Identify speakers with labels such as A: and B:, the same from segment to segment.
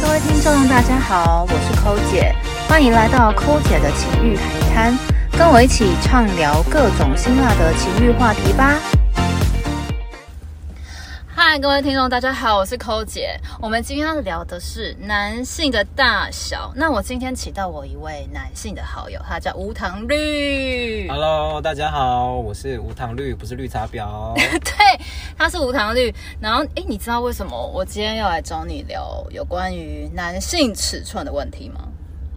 A: 各位听众，大家好，我是抠姐，欢迎来到抠姐的情欲海滩，跟我一起畅聊各种辛辣的情欲话题吧。
B: 嗨，各位听众，大家好，我是抠姐。我们今天要聊的是男性的大小。那我今天请到我一位男性的好友，他叫无糖绿。
C: Hello，大家好，我是无糖绿，不是绿茶 婊。
B: 对，他是无糖绿。然后，诶，你知道为什么我今天要来找你聊有关于男性尺寸的问题吗？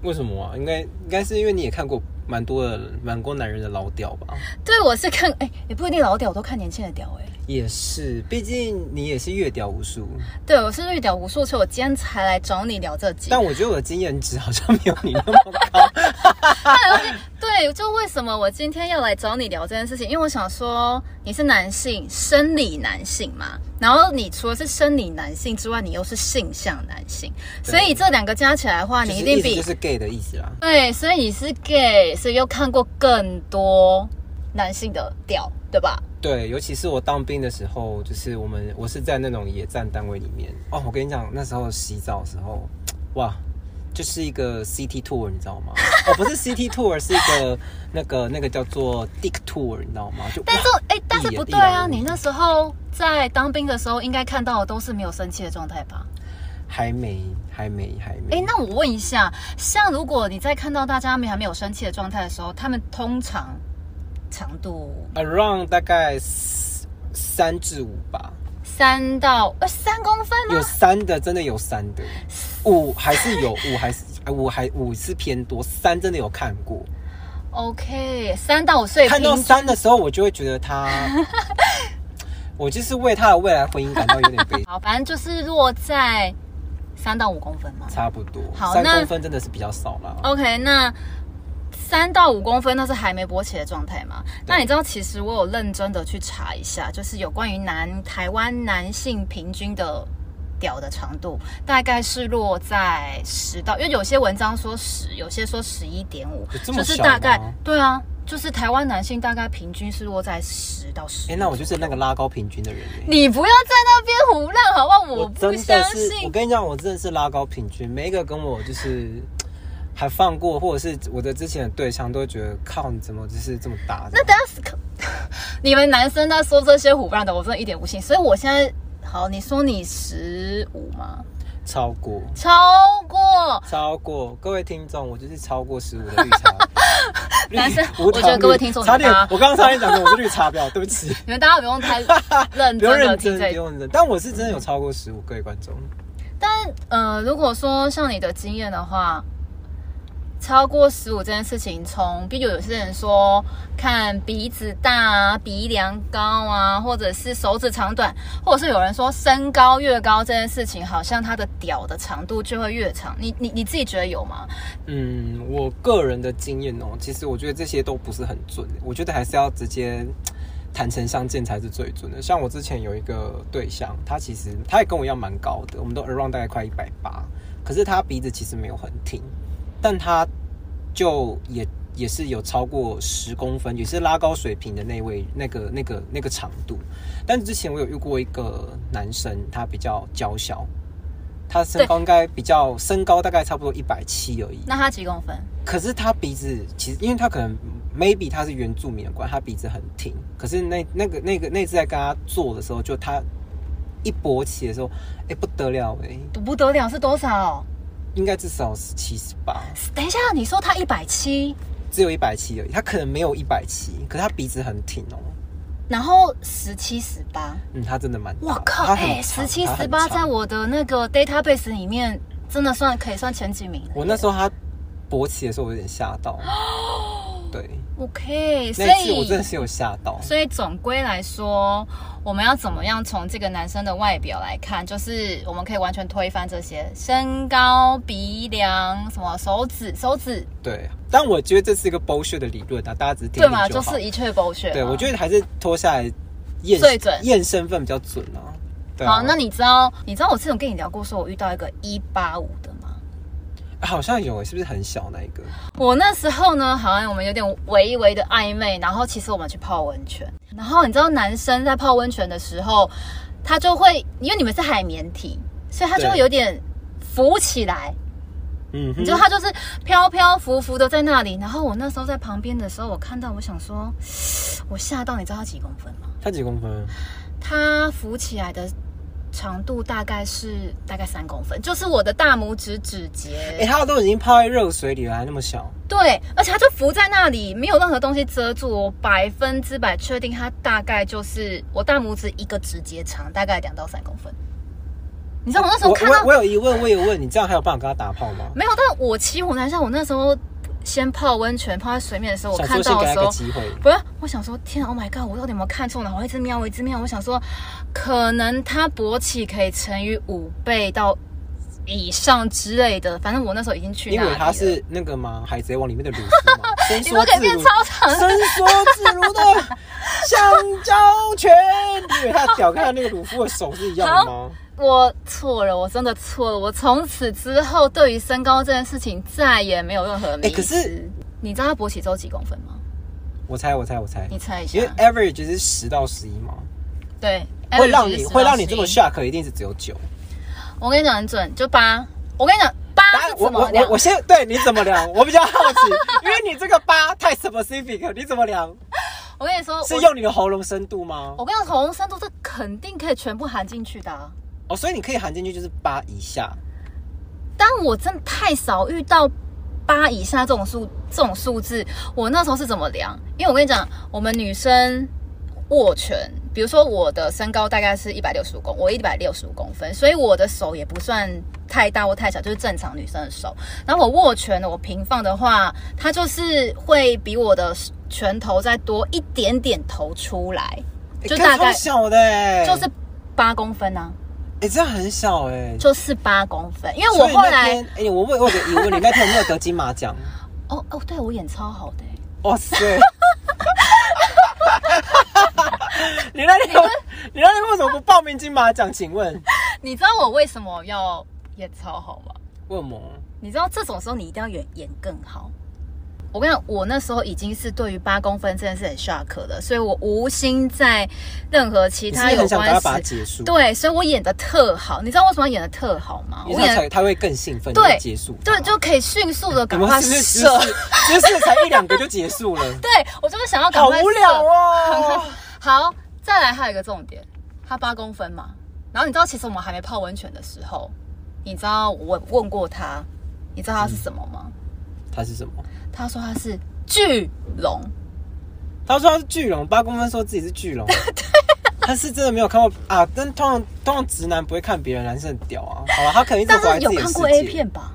C: 为什么啊？应该应该是因为你也看过蛮多的蛮多男人的老屌吧？
B: 对，我是看，诶，也不一定老屌，我都看年轻的屌、哎诶。
C: 也是，毕竟你也是阅屌无数。
B: 对，我是绿屌无数，所以我今天才来找你聊这集。
C: 但我觉得我的经验值好像没有你那 么高。
B: 对，就为什么我今天要来找你聊这件事情？因为我想说你是男性，生理男性嘛，然后你除了是生理男性之外，你又是性向男性，所以这两个加起来的
C: 啊
B: 话，你一定
C: 就是意
B: 比
C: 思就是 gay 的意思啦。
B: 对，所以你是 gay，所以又看过更多男性的屌，对吧？
C: 对，尤其是我当兵的时候，就是我们我是在那种野战单位里面哦。我跟你讲，那时候洗澡的时候，哇，就是一个 CT tour，你知道吗？哦，不是 CT tour，是一个那个那个叫做 Dick tour，你知道吗？就
B: 但是
C: 哇
B: 哎，但是
C: 一眼
B: 不对啊，
C: 一览无遗
B: 你那时候在当兵的时候，应该看到的都是没有生气的状态吧？
C: 还没还没还没。
B: 哎，那我问一下，像如果你在看到大家没还没有生气的状态的时候，他们通常长度
C: around 大概三三至五吧，
B: 三到呃三公分
C: 有
B: 吗？
C: 三的真的有三的，五还是有五还是啊五还五是偏多，三真的有看过，
B: ？OK，三到五岁
C: 看到
B: 平均
C: 三的时候我就会觉 得他，我就是为他的未来婚姻感到有点悲，
B: 好，反正就是落在三到五公分嘛。
C: 差不多
B: 好，
C: 三
B: 那哦
C: 公分真的是比较少啦。
B: OK，那三到五公分那是还没勃起的状态嘛？那你知道，其实我有认真的去查一下，就是有关于男台湾男性平均的屌的长度，大概是落在十到，因为有些文章说十，有些说十一点五
C: 有，这么
B: 就是
C: 小
B: 大概
C: 吗
B: 对啊，就是台湾男性大概平均是落在十到十。
C: 哎、那我就是那个拉高平均的人、欸。
B: 你不要在那边胡乱好不好？
C: 我
B: 不
C: 真
B: 相
C: 的是，我
B: 信。
C: 跟你讲，我真的是拉高平均，每一个跟我就是还放过，或者是我的之前的对象，都会觉得靠你怎么就是这么大？
B: 那等下是可， 你们男生在说这些胡乱的，我真的一点不信。所以我现在好，你说你十五吗？
C: 超过
B: 超过
C: 超过，各位听众，我就是超过十五的绿 茶。绿
B: 男生
C: 无
B: 我觉得
C: 糖
B: 各位
C: 绿
B: 听众
C: 差点
B: 你们大，
C: 我刚刚差点讲成我是绿茶婊，对不起，
B: 你们大家不用 太认
C: 不
B: 真
C: 用
B: 的听
C: 认真，
B: 这
C: 不
B: 一
C: 用认真。但我是真的有超过十五，各位观众，
B: 但呃，如果说像你的经验的话，超过十五这件事情，从比如有些人说看鼻子大啊、鼻梁高啊，或者是手指长短，或者是有人说身高越高这件事情，好像它的屌的长度就会越长。你你你自己觉得有吗？
C: 嗯，我个人的经验哦，其实我觉得这些都不是很准，我觉得还是要直接坦诚相见才是最准的。像我之前有一个对象，他其实他也跟我一样蛮高的，我们都 around 大概快一百八，可是他鼻子其实没有很挺，但他就也也是有超过十公分，也是拉高水平的那位那个那个那个长度。但之前我有遇过一个男生，他比较娇小。他身高应该比较身高大概差不多一百七而已，
B: 那它几公分？
C: 可是他鼻子其实，因为他可能 maybe 他是原住民的关系，他鼻子很挺。可是那那个那个那次在跟他做的时候，就他一勃起的时候，哎、不得了哎、
B: 不得了，是多少？
C: 应该至少是七十八，
B: 等一下，你说它一百七，
C: 只有一百七而已。他可能没有一百七，可是他鼻子很挺哦。
B: 然后十七、十八。
C: 嗯，他真的蛮大的。
B: 我靠，
C: 他
B: 哎、
C: 很
B: 十
C: 长
B: 七、
C: 他
B: 十
C: 很
B: 八，
C: 长
B: 在我的那个 database 里面，真的算可以算前几名了耶。
C: 我那时候他勃起的时候，我有点吓 到。对，
B: OK，所
C: 那一次我真的
B: 以
C: 是有吓到。
B: 所以总归来说，我们要怎么样从这个男生的外表来看，就是我们可以完全推翻这些身高、鼻梁、什么手指、手指，
C: 对，但我觉得这是一个 bullshit 的理论啊，大家只是听
B: 对
C: 听
B: 嘛，
C: 就
B: 就
C: 好
B: 是一切剥削嘛。
C: 对，我觉得还是脱下来验
B: 啊最准
C: 验身份比较准啊。对啊
B: 好，那你知道你知道我之前有跟你聊过，说我遇到一个一八五的吗？
C: 好像有欸，是不是很小那一个？
B: 我那时候呢，好像我们有点微微的暧昧，然后其实我们去泡温泉，然后你知道男生在泡温泉的时候，他就会因为你们是海绵体，所以他就会
C: 对
B: 有点浮起来，
C: 嗯哼，
B: 你知道他就是飘飘浮浮的在那里。然后我那时候在旁边的时候，我看到，我想说，我吓到，你知道他几公分吗？
C: 他几公分？
B: 它浮起来的长度大概是大概三公分，就是我的大拇指指节。
C: 哎、他都已经泡在热水里了，还那么小，
B: 对，而且它就浮在那里，没有任何东西遮住。我百分之百确定，它大概就是我大拇指一个指节长，大概两到三公分。你知道我那时候
C: 我
B: 看到
C: 我我有疑问，我有问你，这样还有办法跟他打炮吗？
B: 没有？但我骑虎难下，我那时候先泡温泉，泡在水面的时候，我
C: 想
B: 看
C: 说先
B: 到
C: 给
B: 的
C: 他
B: 时
C: 个
B: 候，
C: 机会，
B: 不是，我想说，天啊，Oh my god，我到底有没有看错呢？我一直瞄，我一直瞄，我想说，可能它勃起可以乘以五倍到以上之类的。反正我那时候已经去
C: 因
B: 那里
C: 为
B: 了，
C: 他是那个吗？海贼王里面的鲁 夫嘛，伸
B: 你
C: 缩
B: 说可以
C: 自
B: 变
C: 如，
B: 超长，
C: 伸缩自如的香蕉拳。你以为他的屌跟他那个鲁夫的手是一样 的吗？
B: 我错了，我真的错了。我从此之后对于身高这件事情再也没有任何迷
C: 哎可
B: 思。
C: 是
B: 你知道它勃起之后几公分吗？
C: 我猜，我猜，我猜，
B: 你猜一下
C: 因为。average 是十到十一嘛，
B: 对，
C: 会让
B: average
C: 你
B: 是
C: 会让你这么
B: 10
C: shock，一定是只有九。
B: 我跟你讲很准，就八。我跟你讲，八
C: 答案
B: 是
C: 我
B: 怎么
C: 我
B: 量
C: 我我先对你怎么量？我比较好 奇，因为你这个八太 specific，了你怎么量？
B: 我跟你说，
C: 是
B: 哦我哦
C: 用你的喉咙深度吗？
B: 我跟你讲，喉咙深度这肯定可以全部含进去的、啊。
C: 哦，所以你可以含进去就是八以下，
B: 但我真的太少遇到八以下这种数这种数字，我那时候是怎么量？因为我跟你讲，我们女生握拳，比如说我的身高大概是一百六十五公，我一百六十五公分，所以我的手也不算太大或太小，就是正常女生的手。然后我握拳呢，我平放的话，它就是会比我的拳头再多一点点头出来，
C: 欸
B: 就
C: 看
B: 大概
C: 超小的、欸，
B: 就是八公分啊，
C: 哎、这样很小哎、欸。
B: 就是八公分。因为我
C: 所以
B: 后
C: 那
B: 来
C: 天，哎、我问我有个疑问，你那天有没有得金马奖？
B: 哦哦，对我演超好的欸、
C: 哇塞！ 你那天有你那天为什么不报名金马奖？请问
B: 你知道我为什么要演超好吗？
C: 为什么？
B: 你知道这种时候你一定要演演更好。我跟你讲，我那时候已经是对于八公分真的是很 shock 的，所以我无心在任何其
C: 你是
B: 他
C: 不是
B: 有
C: 很想赶
B: 关
C: 快把它
B: 系。
C: 结束？，
B: 对，啊所以我演的特好。你知道为什么要演的特好吗？
C: 因
B: 我
C: 为他
B: 演
C: 才他会更兴奋，
B: 对
C: 你会结束它。
B: 对就可以迅速的
C: 你
B: 赶
C: 们
B: 快
C: 是不是
B: 射
C: 姿。势姿势才一两个就结束了？
B: 对我就是想要 赶
C: 好
B: 快射。
C: 无聊哦！
B: 好，再来还有一个重点，它八公分嘛。然后你知道，其实我们还没泡温泉的时候，你知道我问过他，你知道它是什么吗？
C: 它是什么？
B: 他说它是巨龙，
C: 他说他是巨龙，八公分说自己是 巨龙。啊他是真的没有看过啊，但通常通常直男不会看别人男生的屌啊。好了，他可能一直
B: 但
C: 活在
B: 是
C: 自
B: 有
C: 己的
B: 看
C: 世
B: 过 A
C: 界。
B: 片吧？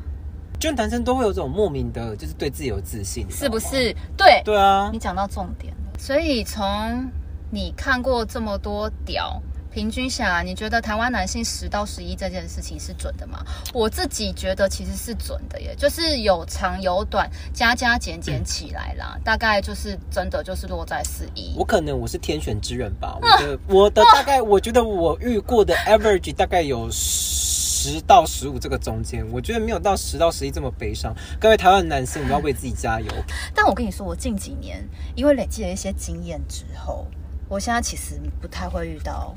C: 就男生都会有这种莫名的，就是对自己有自信，你知
B: 是
C: 道
B: 不？
C: 吗
B: 是？哦对，
C: 对啊
B: 你，讲到重点了。所以从你看过这么多屌，平均下来，你觉得台湾男性十到十一这件事情是准的吗？我自己觉得其实是准的耶，就是有长有短，加加减减起来啦，大概就是真的就是落在十一
C: 我。可能我是天选之人吧。我 的我的大概，我觉得我遇过的 average 大概有十到十五这个中间，我觉得没有到十到十一这么悲伤。各位台湾男生，你们要为自己加 油。
B: 但我跟你说，我近几年因为累积了一些经验之后，我现在其实不太会遇到，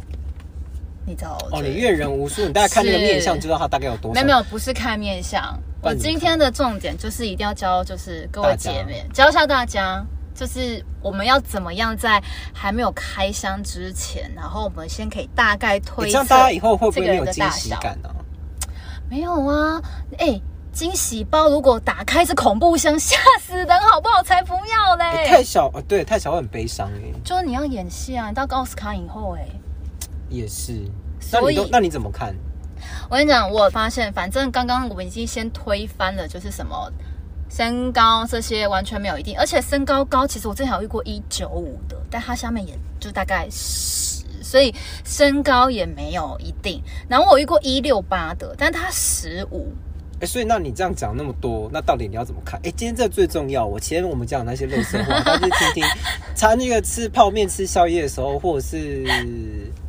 B: 你知道
C: 哦，
B: 这
C: 你阅人无数，你大概看那个
B: 是
C: 面相，知道他大概有多
B: 没
C: 少。
B: 有没有，不是看面相。
C: 不
B: 我
C: 然怎么看
B: 今天的重点就是一定要教，就是各
C: 大
B: 位
C: 家
B: 姐妹教一下大家，就是我们要怎么样在还没有开箱之前，然后我们先可以大概
C: 欸
B: 推
C: 这
B: 测
C: 样大家以后会不
B: 这
C: 会
B: 个人
C: 没有
B: 的
C: 惊
B: 大
C: 喜
B: 小。
C: 感呢、啊？
B: 没有啊，哎、惊喜包如果打开是恐怖箱，吓死人好不好？才不要
C: 欸
B: 嘞！
C: 太小哦，对，太小会很悲伤哎，
B: 就是你要演戏啊，你到奥斯卡影后哎、
C: 也是。那
B: 所
C: 你
B: 以
C: 都那你怎么看？
B: 我跟你讲，我发现，反正刚刚我们已经先推翻了，就是什么身高这些完全没有一定，而且身高高，其实我之前有遇过一九五的，但他下面也就大概十，所以身高也没有一定。然后我遇过一六八的，但他十五，
C: 哎、所以那你这样讲那么多，那到底你要怎么看？哎、今天这最重要。我前面我们讲那些乐色话，但是听听，他那个吃泡面、吃宵夜的时候，或者是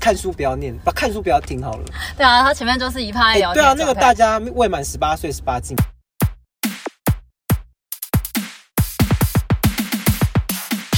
C: 看书不要念，不看书不要听好了。
B: 对啊，他前面就是一派
C: 哎、
B: 聊
C: 对
B: 天、
C: 啊，那个大。家未满十八岁、十八禁。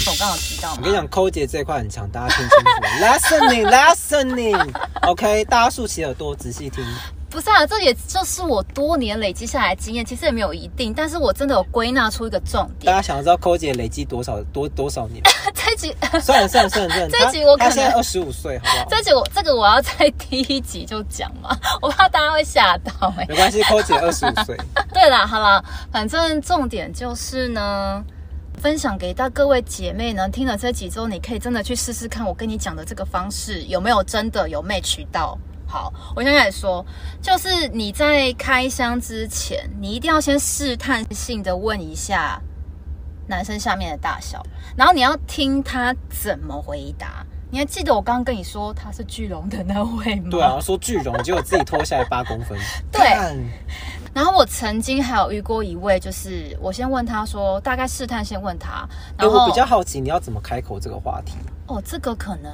B: 我刚好提到
C: 我
B: 嘛
C: 跟你，讲，抠姐这一块很强，大家听清楚。Listening，listening，OK，、大家竖起耳朵仔细听。
B: 不是啊，这也就是我多年累积下来的经验，其实也没有一定，但是我真的有归纳出一个重
C: 大
B: 点。
C: 家想知道抠姐累积多少多多少年？
B: 这一集，
C: 算了算了算了算了，
B: 这一集我
C: 她她
B: 可能
C: 现在二十五岁，好不好？
B: 这一集我这个我要在 第一集就讲嘛，我怕大家会吓到哎、
C: 没关系，抠姐二十五岁，
B: 对啦，好啦，反正重点就是呢，分享给到各位姐妹呢，听了这几周，你可以真的去试试看，我跟你讲的这个方式有没有真的有 match 到。好，我现在来说，就是你在开箱之前，你一定要先试探性的问一下男生下面的大小，然后你要听他怎么回答。你还记得我刚刚跟你说他是巨龙的那位吗？
C: 对啊，说巨容，结果自己脱下来八公分， 哎
B: 对
C: 干
B: 然后我曾经还有遇过一位，就是我先问他说，大概试探先问他，
C: 哎，
B: 然后、
C: 我比较好奇你要怎么开口这个话题。
B: 哦，这个可能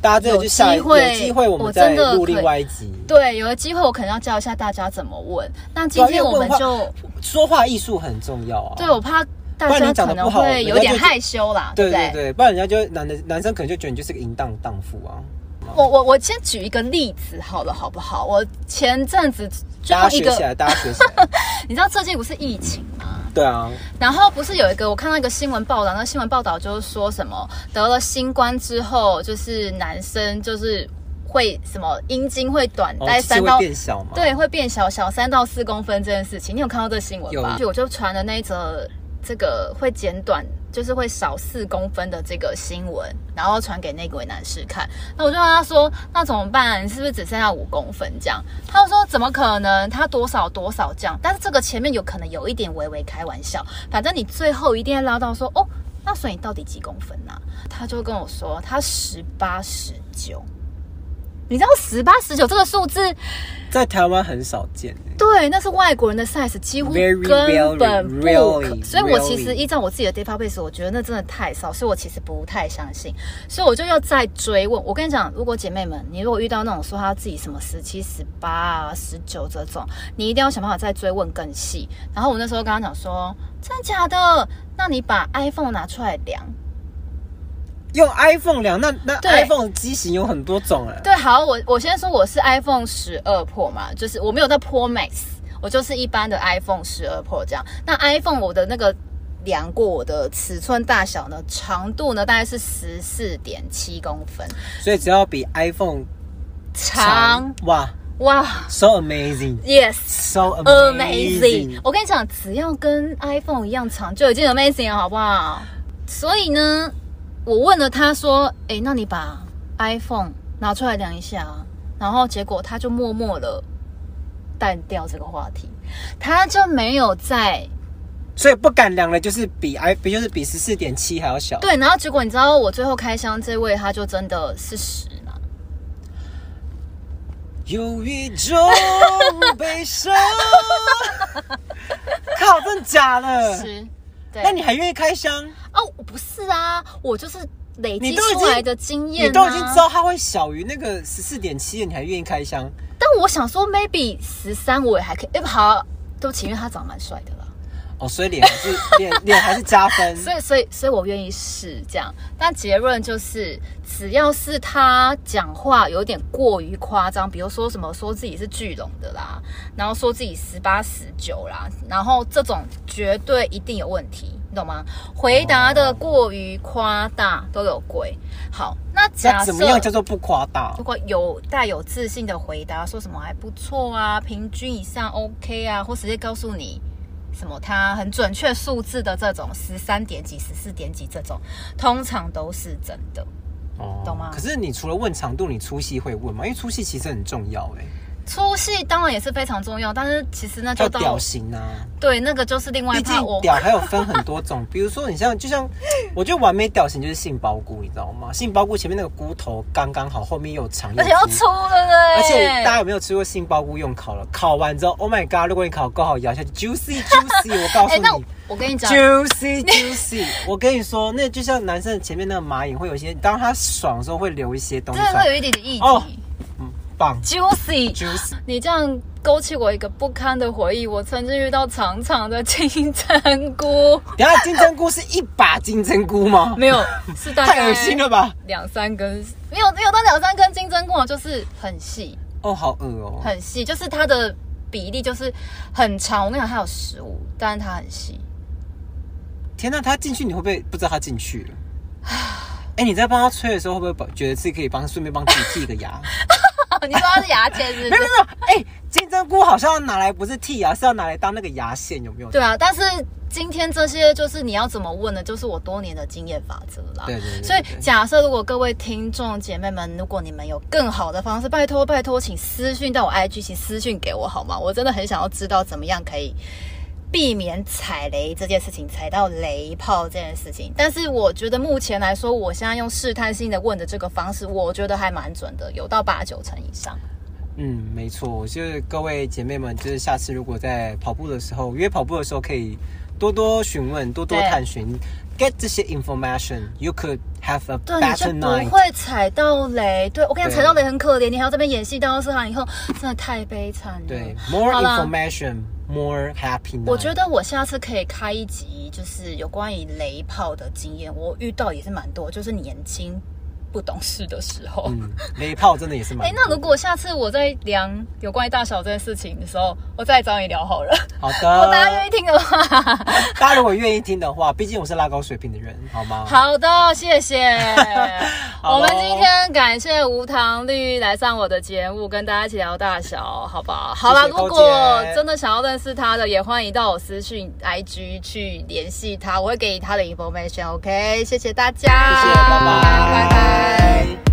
C: 大家真的就下一
B: 有机会
C: 有机会我们
B: 我
C: 再
B: 真的
C: 录
B: 可以
C: 另外一集。
B: 对，有个机会我可能要教一下大家怎么问。那今
C: 对啊因为
B: 天我们
C: 问话
B: 就
C: 说话艺术很重要啊。
B: 对我怕大
C: 不然
B: 家
C: 你讲
B: 可
C: 得
B: 能
C: 不好
B: 会有
C: 人家
B: 点
C: 就
B: 害羞啦，
C: 对
B: 不
C: 对对，不然人家就男的男生可能就觉得你就是个淫荡荡妇啊。
B: 我我我先举一个例子好了，好不好？我前阵子就
C: 大家
B: 一
C: 学起
B: 个，
C: 来，大家学起 来。
B: 你知道最近不是疫情吗？
C: 对啊，
B: 然后不是有一个我看到一个新闻报道，那新闻报道就是说什么得了新冠之后，就是男生就是会什么阴茎会短，
C: 哦
B: 大概
C: 气
B: 三
C: 会
B: 到、
C: 变小嘛。
B: 对会变小小三到四公分这件事情，你有看到这个新闻吧？
C: 有
B: 就我就传了那一则这个会减短，就是会少四公分的这个新闻，然后传给那个位男士看。那我就问他说：“那怎么办？你是不是只剩下五公分这样？”他就说：“怎么可能？他多少多少这样。”但是这个前面有可能有一点微微开玩笑，反正你最后一定要拉到说：“哦，那所以你到底几公分呐、他就跟我说：“他十八十九。19 ”你知道十八十九这个数字
C: 在台湾很少见欸。
B: 对，那是外国人的 size，几乎
C: Very,
B: 根本不可。
C: really,
B: 所以我其
C: really.
B: 实依照我自己的 database，我觉得那真的太少，所以我其实不太相信。所以我就要再追问。我跟你讲，如果姐妹们，你如果遇到那种说她自己什么十七、十八啊、十九这种，你一定要想办法再追问更细。然后我那时候跟她讲说，真的假的？那你把 iPhone 拿出来量。
C: 用 iPhone 量，那那
B: 对
C: iPhone 机型有很多种哎。
B: 对，好，我我先说我是 iPhone 十二 Pro 嘛，就是我没有到 Pro Max，我就是一般的 iPhone 十二 Pro 这样。那 iPhone 我的那个量过我的尺寸大小呢，长度呢大概是十四点七公分，
C: 所以只要比 iPhone
B: 长
C: 哇
B: 哇
C: ，so amazing。
B: ，yes。
C: So
B: amazing！我跟你讲，只要跟 iPhone 一样长，就已经 amazing 了，好不好？所以呢，我问了他说：“诶，那你把 iPhone 拿出来量一下啊。”然后结果他就默默的淡掉这个话题，他就没有再
C: 所以不敢量了，就是比 i 比就是比十四点七还要小。
B: 对。然后结果你知道，我最后开箱这位，他就真的是十 嘛。
C: 有一种悲伤。靠，真的假的？
B: 十，
C: 嗯那
B: 对。
C: 你还愿意开箱？
B: 哦，不是啊，我就是累
C: 你
B: 积
C: 都已
B: 出
C: 经
B: 来的经验、啊
C: 你都已经知道它会小于那个十四点七，你还愿意开箱？
B: 但我想说，maybe 十三我也还可以。哎、不好，对不起，因为他长得蛮帅的啦，
C: 哦，所以脸还是脸 脸还是加分。
B: 所以所以所以我愿意试这样。但结论就是，只要是他讲话有点过于夸张，比如说什么说自己是巨龙的啦，然后说自己十八十九啦，然后这种绝对一定有问题，你懂吗？回答
C: 哦
B: 的过于夸大都有鬼。好，那假
C: 那
B: 设
C: 怎么样叫做不夸大
B: 如？果有带有自信的回答，说什么还不错啊，平均以上 OK 啊，或直接告诉你什么他很准确数字的这种十三点几、十四点几这种，通常都是真的。
C: 哦
B: 懂吗
C: 可是你除了问长度，你粗细会问吗？因为粗细其实很重要哎、
B: 粗细当然也是非常重要，但是其实那
C: 还
B: 就
C: 有
B: 到
C: 屌型啊。
B: 对那个就是另外一
C: 毕
B: 趴。
C: 竟
B: 我
C: 屌还有分很多种，比如说你像就像，我觉得完美屌型就是杏鲍菇，你知道吗？杏鲍菇前面那个菇头刚刚好，后面又长又
B: 而且要欸
C: 粗
B: 粗，对不对？
C: 而且大家有没有吃过杏鲍菇用烤了？烤完之后，Oh my god！如果你烤够好，咬下去 juicy juicy，我告诉
B: 哎、
C: 你、
B: 那我我跟你讲，
C: juicy juicy。我跟你说，那就像男生前面那个马眼会有一些，当他爽的时候会流一些东西
B: 真的
C: 出来
B: 会有一点点异体、
C: 哦棒
B: juicy。
C: juicy。
B: 你这样勾起我一个不堪的回忆。我曾经遇到长长的金针菇，
C: 等一下金针菇是一把金针菇吗？
B: 没有，是大概
C: 太恶心了吧！
B: 啊两三根，没有没有到两三根金针菇，就是很细，
C: 哦，好恶哦，
B: 很细，就是它的比例就是很长。我跟你讲，它有十五，但是它很细。
C: 天哪、他进去你会不会不知道他进去了？ 哎、你在帮他吹的时候，会不会把觉得自己可以帮顺便帮自己剃个 牙？
B: 你说它是牙签是不
C: 没
B: 是
C: 有没？有，没有哎、金针菇好像要拿来不是剃牙，是要拿来当那个牙线，有没有？
B: 对啊，但是今天这些就是你要怎么问呢？就是我多年的经验法则啦。
C: 对对对
B: 所以
C: 对
B: 假设如果各位听众姐妹们，如果你们有更好的方式，拜托拜托，请私讯到我 IG，请私讯给我好吗？我真的很想要知道怎么样可以。避免踩雷这件事情，踩到雷炮这件事情，但是我觉得目前来说，我现在用试探性的问的这个方式，我觉得还蛮准的，有到八九成以上。
C: 嗯，没错，我觉得各位姐妹们，就是下次如果在跑步的时候约跑步的时候，可以多多询问，多多
B: 对
C: 探寻，get 这些 information。You could have a
B: 对，你就
C: better
B: 不
C: night。
B: 会踩到雷。对我跟你讲，
C: 对
B: 踩到雷很可怜，你还要这边演戏当是喊以后，真的太悲惨了。
C: 对，more
B: 好啦
C: information, more happy night。
B: 我觉得我下次可以开一集，就是有关于雷炮的经验，我遇到也是蛮多，就是年轻不懂事的时候。
C: 嗯，雷炮真的也是蛮
B: 哎、
C: 多的。
B: 那如果下次我在量有关于大小这件事情的时候，我再找你聊好了。
C: 好
B: 如果大家愿
C: 的，
B: 意听的话，
C: 大家如果愿意听的话，毕竟我是拉高水平的人，好吗？。
B: 好的，谢谢
C: 好
B: 我
C: 咯
B: 们今天感谢无糖绿来上我的节目，跟大家一起聊大小，好不好？好啦，
C: 谢谢
B: 如
C: 高姐
B: 果真的想要认识他的，也欢迎到我私讯 IG 去联系他，我会给你他的 information。OK，谢谢大家，
C: 谢谢，拜
B: 拜
C: 拜，
B: 拜。
C: 拜。